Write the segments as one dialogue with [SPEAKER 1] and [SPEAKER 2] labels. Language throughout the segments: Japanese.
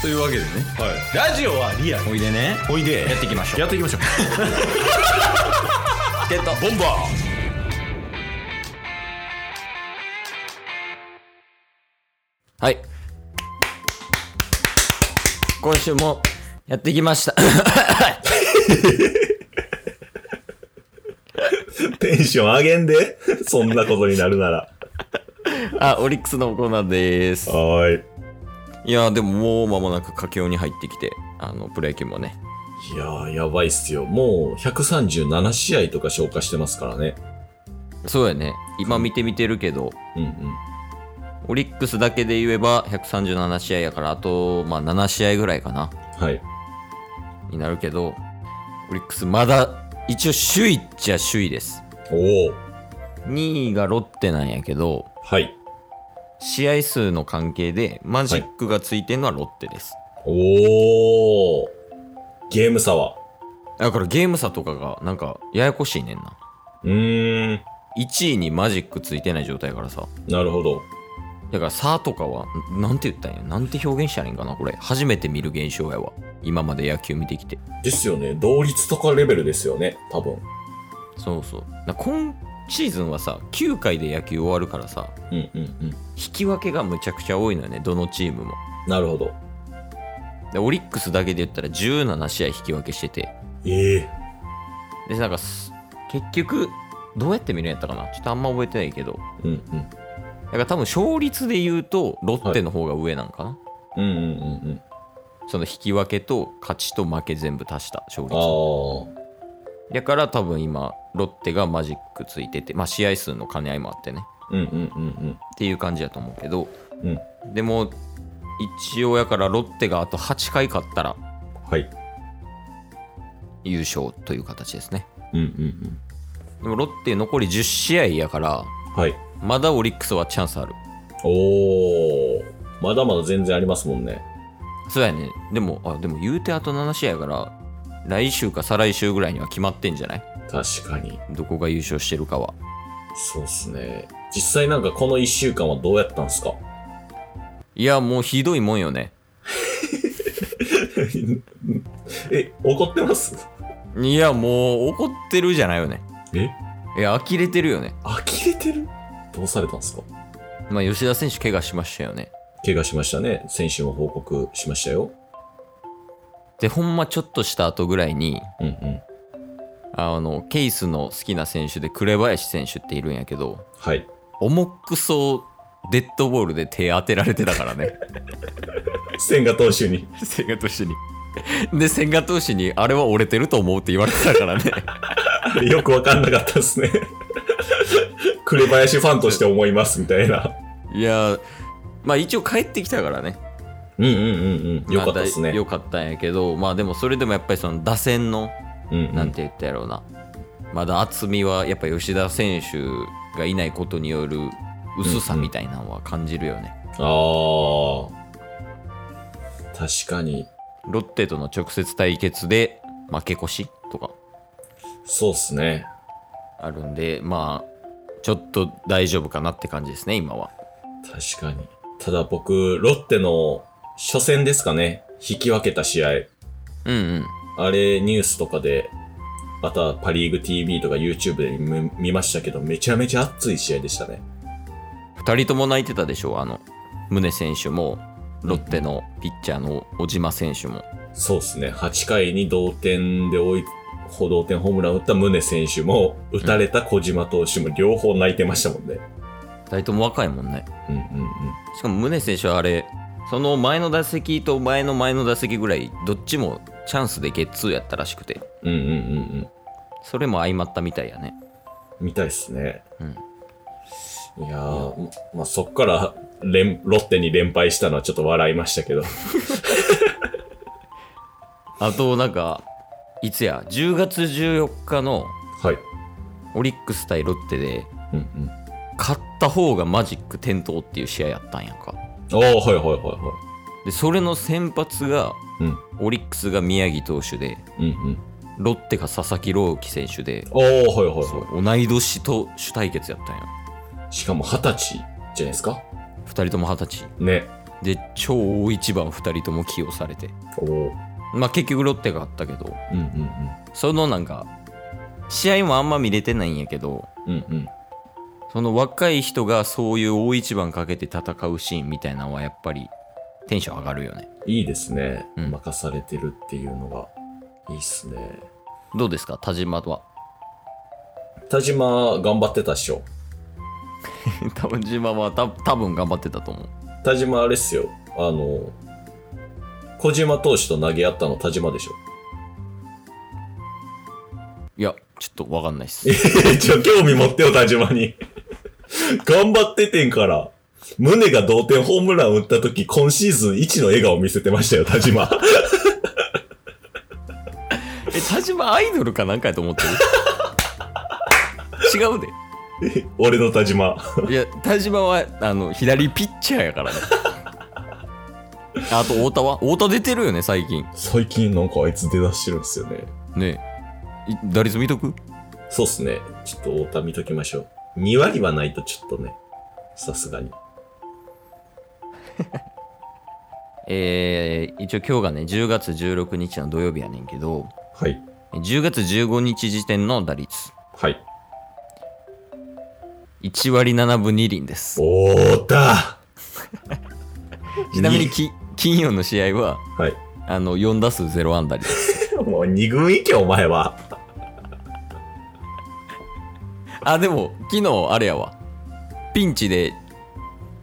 [SPEAKER 1] というわけでね
[SPEAKER 2] はい、ラジオはリアル
[SPEAKER 1] おいでね
[SPEAKER 2] おいで
[SPEAKER 1] やっていきましょう
[SPEAKER 2] やっていきましょう
[SPEAKER 1] ゲット
[SPEAKER 2] ボンバ
[SPEAKER 1] はい今週もやってきました
[SPEAKER 2] ーテンション上げんで そんなことになるなら
[SPEAKER 1] あオリックスのコーナーです
[SPEAKER 2] はーい
[SPEAKER 1] いやでももう間もなく佳境に入ってきてあのプロ野球もね
[SPEAKER 2] いやーやばいっすよもう137試合とか消化してますからね
[SPEAKER 1] そうやね今見てみてるけど
[SPEAKER 2] うんうん
[SPEAKER 1] オリックスだけで言えば137試合やからあと、まあ、7試合ぐらいかな
[SPEAKER 2] はい
[SPEAKER 1] になるけどオリックスまだ一応首位っちゃ首位です
[SPEAKER 2] おお
[SPEAKER 1] 2位がロッテなんやけど
[SPEAKER 2] はい
[SPEAKER 1] 試合数の関係でマジックがついてるのはロッテです、
[SPEAKER 2] おおゲーム差は
[SPEAKER 1] だからゲーム差とかがなんかややこしいねんな
[SPEAKER 2] うーん
[SPEAKER 1] 1位にマジックついてない状態やからさ
[SPEAKER 2] なるほど
[SPEAKER 1] だから差とかはんなんて言ったんやなんて表現したらいいんかなこれ初めて見る現象やわ今まで野球見てきて
[SPEAKER 2] ですよね同率とかレベルですよね多分
[SPEAKER 1] そうそうだから今シーズンはさ9回で野球終わるからさ
[SPEAKER 2] うんうんうん
[SPEAKER 1] 引き分けがむちゃくちゃ多いのよねどのチームも
[SPEAKER 2] なるほど
[SPEAKER 1] でオリックスだけで言ったら17試合引き分けしてて
[SPEAKER 2] ええ
[SPEAKER 1] でなんかす結局どうやって見るんやったかなちょっとあんま覚えてないけど
[SPEAKER 2] うんうん
[SPEAKER 1] だから多分勝率で言うとロッテの方が上なんかな、
[SPEAKER 2] うんうんうんうん
[SPEAKER 1] その引き分けと勝ちと負け全部足した勝
[SPEAKER 2] あ
[SPEAKER 1] 率
[SPEAKER 2] あ
[SPEAKER 1] だから多分今ロッテがマジックついててまあ試合数の兼ね合いもあってね
[SPEAKER 2] うんうんうん
[SPEAKER 1] っていう感じだと思うけど
[SPEAKER 2] うんうん
[SPEAKER 1] でも一応やからロッテがあと8回勝ったら
[SPEAKER 2] はい
[SPEAKER 1] 優勝という形ですね
[SPEAKER 2] うんうん
[SPEAKER 1] でもロッテ残り10試合やから
[SPEAKER 2] うんはい
[SPEAKER 1] まだオリックスはチャンスある
[SPEAKER 2] おおまだまだ全然ありますもんね
[SPEAKER 1] そうやねでもあでも言うてあと7試合やから来週か再来週ぐらいには決まってんじゃない
[SPEAKER 2] 確かに
[SPEAKER 1] どこが優勝してるかは
[SPEAKER 2] そうっすね実際なんかこの1週間はどうやったんすか
[SPEAKER 1] いやもうひどいもんよね
[SPEAKER 2] え怒ってます
[SPEAKER 1] いやもう怒ってるじゃないよね
[SPEAKER 2] え
[SPEAKER 1] いや呆れてるよね
[SPEAKER 2] 呆れてるどうされたんすか
[SPEAKER 1] まあ吉田選手怪我しましたよね
[SPEAKER 2] 怪我しましたね先週も報告しましたよ
[SPEAKER 1] でほんまちょっとした後ぐらいに
[SPEAKER 2] うんうん
[SPEAKER 1] あのケイスの好きな選手で紅林選手っているんやけど
[SPEAKER 2] はい
[SPEAKER 1] 重くそうデッドボールで手当てられてたからね
[SPEAKER 2] 千賀投手に
[SPEAKER 1] 千賀投手にで千賀投手にあれは折れてると思うって言われてたから ね
[SPEAKER 2] よくわかんなかったですね 紅林ファンとして思いますみたいない
[SPEAKER 1] やーまあ一応帰ってきたからね
[SPEAKER 2] うんうんうんうんよかったですね
[SPEAKER 1] まあだいよかったんやけどまあでもそれでもやっぱりその打線の
[SPEAKER 2] うんうん
[SPEAKER 1] なんて言ったやろうな、まだ厚みはやっぱ吉田選手がいないことによる薄さみたいなのは感じるよね、
[SPEAKER 2] ああ。確かに。
[SPEAKER 1] ロッテとの直接対決で負け越しとか
[SPEAKER 2] そうっすね。
[SPEAKER 1] あるんでまあちょっと大丈夫かなって感じですね今は
[SPEAKER 2] 確かに。ただ僕、ロッテの初戦ですかね。引き分けた試合。
[SPEAKER 1] うんうん
[SPEAKER 2] あれ、ニュースとかで、またパリーグ TV とか YouTube で見見ましたけど、めちゃめちゃ熱い試合でしたね。
[SPEAKER 1] 2人とも泣いてたでしょあの宗選手もロッテのピッチャーの小島選手も
[SPEAKER 2] そうっすね。8回に同点で追い、同点ホームラン打った宗選手も、打たれた小島投手も両方泣いてましたもんね。
[SPEAKER 1] 2人とも若いもんね
[SPEAKER 2] うんうんうん。
[SPEAKER 1] しかも宗選手はあれその前の打席と前の前の打席ぐらいどっちもチャンスでゲッツーやったらしくて
[SPEAKER 2] うんうんうんうん。
[SPEAKER 1] それも相まったみたいやね
[SPEAKER 2] みたいですね。
[SPEAKER 1] うん
[SPEAKER 2] いやー、ままあ、そっから連、ロッテに連敗したのはちょっと笑いましたけど。
[SPEAKER 1] あとなんかいつや10月14日の
[SPEAKER 2] はい。
[SPEAKER 1] オリックス対ロッテで
[SPEAKER 2] うんうん。
[SPEAKER 1] 勝った方がマジック点灯っていう試合やったんやんか
[SPEAKER 2] ああ、はいはいはいは
[SPEAKER 1] でそれの先発が
[SPEAKER 2] い。うん。
[SPEAKER 1] オリックスが宮城投手で
[SPEAKER 2] うんうん。
[SPEAKER 1] ロッテが佐々木朗希選手で
[SPEAKER 2] ああ、はいはいは
[SPEAKER 1] 同い年と主対決やったんや
[SPEAKER 2] い。しかも二十歳じゃないですか
[SPEAKER 1] 2人とも二十歳
[SPEAKER 2] ね。
[SPEAKER 1] で超大一番2人とも起用されて
[SPEAKER 2] おお。
[SPEAKER 1] まあ結局ロッテがあったけど
[SPEAKER 2] うん
[SPEAKER 1] そのなんか試合もあんま見れてないんやけど
[SPEAKER 2] うんうん。うんうん。
[SPEAKER 1] その若い人がそういう大一番かけて戦うシーンみたいなのはやっぱりテンション上がるよね
[SPEAKER 2] いいですね。
[SPEAKER 1] うん
[SPEAKER 2] 任されてるっていうのが。いいっすね。
[SPEAKER 1] どうですか田島は
[SPEAKER 2] 田島、頑張ってたっしょ。
[SPEAKER 1] 田島はた多分頑張ってたと思う
[SPEAKER 2] 田島、あれっすよ。あの、小島投手と投げ合ったの田島でしょ。
[SPEAKER 1] いやちょっと分かんないっす
[SPEAKER 2] えちょ、興味持ってよ、田島に。 頑張っててんから。胸が同点ホームラン打った時、今シーズン1の笑顔見せてましたよ、田島。
[SPEAKER 1] え田島アイドルかなんかやと思ってる 違うで
[SPEAKER 2] 俺の田島。
[SPEAKER 1] いや田島はあの左ピッチャーやからねあと太田は太田出てるよね最近
[SPEAKER 2] 最近なんかあいつ出だしてるんですよね。
[SPEAKER 1] ねえい打率見とく
[SPEAKER 2] そうっすね。ちょっと太田見ときましょう。2割はないとちょっとね、さすがに。
[SPEAKER 1] えー一応今日がね10月16日の土曜日やねんけど
[SPEAKER 2] はい。
[SPEAKER 1] 10月15日時点の打率
[SPEAKER 2] はい。
[SPEAKER 1] 1割7分2厘です
[SPEAKER 2] 太田
[SPEAKER 1] ちなみにき金曜の試合は
[SPEAKER 2] はい。
[SPEAKER 1] あの4打数0安打です
[SPEAKER 2] もう2軍行け、お前は。
[SPEAKER 1] あでも昨日あれやわピンチで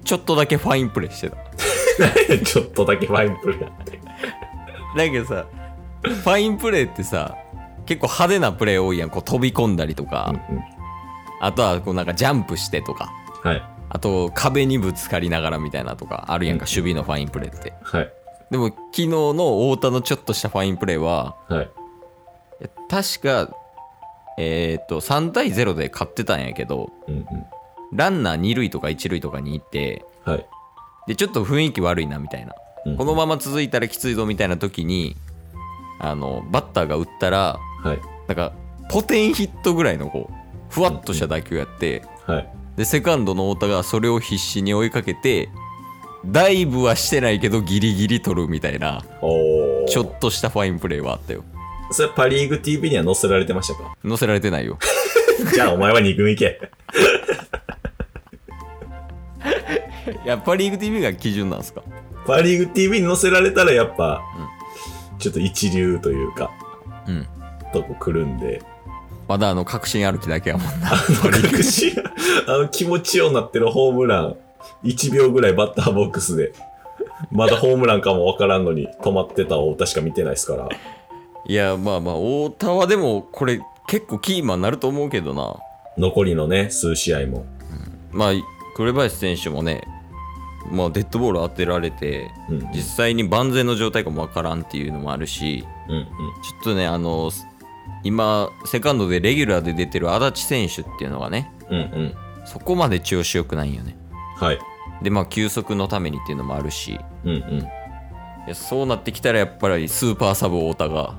[SPEAKER 1] ちょっとだけファインプレーしてた
[SPEAKER 2] ちょっとだけファインプレーやって。
[SPEAKER 1] だけどさファインプレーってさ結構派手なプレー多いやんこう飛び込んだりとか、
[SPEAKER 2] うんうん
[SPEAKER 1] あとはこうなんかジャンプしてとか
[SPEAKER 2] はい。
[SPEAKER 1] あと壁にぶつかりながらみたいなとかあるやんか、守備のファインプレーって
[SPEAKER 2] はい。
[SPEAKER 1] でも昨日の太田のちょっとしたファインプレーは
[SPEAKER 2] はい。
[SPEAKER 1] いや確かえーっと3対0で勝ってたんやけど
[SPEAKER 2] うんうん。
[SPEAKER 1] ランナー2塁とか1塁とかに行って
[SPEAKER 2] はい。
[SPEAKER 1] でちょっと雰囲気悪いなみたいな
[SPEAKER 2] うん
[SPEAKER 1] このまま続いたらきついぞみたいな時にあのバッターが打ったら
[SPEAKER 2] はい。
[SPEAKER 1] なんかポテンヒットぐらいのこうふわっとした打球やって、
[SPEAKER 2] はい。
[SPEAKER 1] でセカンドの太田がそれを必死に追いかけてダイブはしてないけどギリギリ取るみたいな
[SPEAKER 2] おー
[SPEAKER 1] ちょっとしたファインプレーはあったよ
[SPEAKER 2] それパリーグ TV には載せられてましたか
[SPEAKER 1] 載せられてないよ
[SPEAKER 2] じゃあお前は2軍行け。
[SPEAKER 1] やっぱリーグ TV が基準なんですか
[SPEAKER 2] パリーグ TV に載せられたらやっぱ、ちょっと一流というか、
[SPEAKER 1] うん
[SPEAKER 2] とこ来るんで、
[SPEAKER 1] まだあの確信歩きだけやもんな
[SPEAKER 2] 隠し、 あの気持ちようなってるホームラン、1秒ぐらいバッターボックスで、まだホームランかもわからんのに止まってたを確か見てないですから。
[SPEAKER 1] いやまあまあ太田はでもこれ結構キーマンになると思うけどな
[SPEAKER 2] 残りのね、数試合も。
[SPEAKER 1] まあ紅林選手もねまあデッドボール当てられて
[SPEAKER 2] うん。うん
[SPEAKER 1] 実際に万全の状態かもわからんっていうのもあるし
[SPEAKER 2] うん。
[SPEAKER 1] ちょっとね、あの、す今、セカンドでレギュラーで出てる足立選手っていうのがね、
[SPEAKER 2] うんうん。
[SPEAKER 1] そこまで調子良くないんよね。
[SPEAKER 2] はい。
[SPEAKER 1] で、まあ、休息のためにっていうのもあるし、い
[SPEAKER 2] うんうん。
[SPEAKER 1] やそうなってきたらやっぱりスーパーサブ太田が、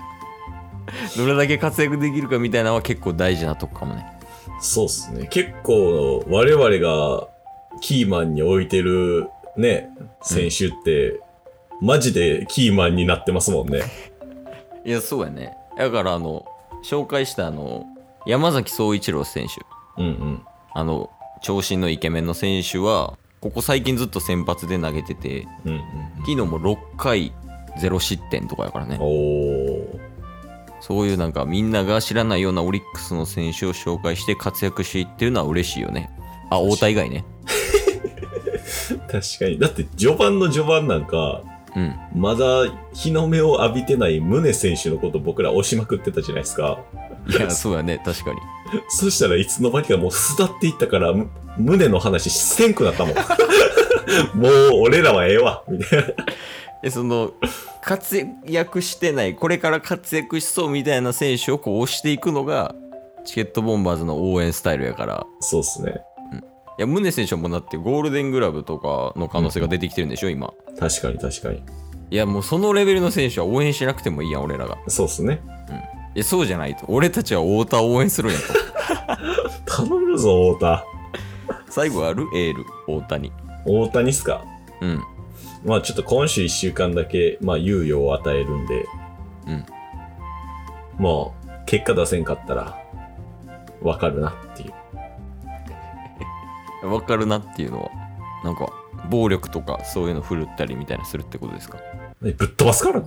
[SPEAKER 1] どれだけ活躍できるかみたいなのは結構大事なとこかもね。
[SPEAKER 2] そうっすね。結構、我々がキーマンに置いてるね、選手って、マジでキーマンになってますもんね。
[SPEAKER 1] いや、そうやね。だから、あの、紹介したあの、山崎総一郎選手、
[SPEAKER 2] うんうん。
[SPEAKER 1] あの、長身のイケメンの選手は、ここ最近ずっと先発で投げてて、
[SPEAKER 2] うんうん
[SPEAKER 1] 昨日も6回0失点とかやから
[SPEAKER 2] うん。
[SPEAKER 1] ね
[SPEAKER 2] おー。
[SPEAKER 1] そういうなんかみんなが知らないようなオリックスの選手を紹介して活躍していってるのは嬉しいよねあ太田以外ね
[SPEAKER 2] 確かに。だって、序盤の序盤なんか、
[SPEAKER 1] うん
[SPEAKER 2] まだ日の目を浴びてない宗選手のこと僕ら押しまくってたじゃないですか。
[SPEAKER 1] いやそうやね確かに
[SPEAKER 2] そしたらいつの間にかもう巣立っていったから、む宗の話せんくなったもん。もう俺らはええわ、みたいな。
[SPEAKER 1] えその活躍してないこれから活躍しそうみたいな選手をこう押していくのがチケットボンバーズの応援スタイルやから
[SPEAKER 2] そうっすね。
[SPEAKER 1] いや宗選手もだってゴールデングラブとかの可能性が出てきてるんでしょ今
[SPEAKER 2] 確かに確かに。
[SPEAKER 1] いやもうそのレベルの選手は応援しなくてもいいやん俺らが
[SPEAKER 2] そうっすね。
[SPEAKER 1] いやそうじゃないと俺たちは太田を応援するんやと
[SPEAKER 2] 頼むぞ、太田。
[SPEAKER 1] 最後あるエール大谷
[SPEAKER 2] 大谷っすか。
[SPEAKER 1] うん。
[SPEAKER 2] まあちょっと今週1週間だけ、まあ猶予を与えるんで、
[SPEAKER 1] うん。
[SPEAKER 2] まあ、結果出せんかったら、わかるなっていう。
[SPEAKER 1] わかるなっていうのは、なんか、暴力とかそういうの振るったりみたいなするってことですか
[SPEAKER 2] えぶっ飛ばすからな。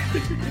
[SPEAKER 3] す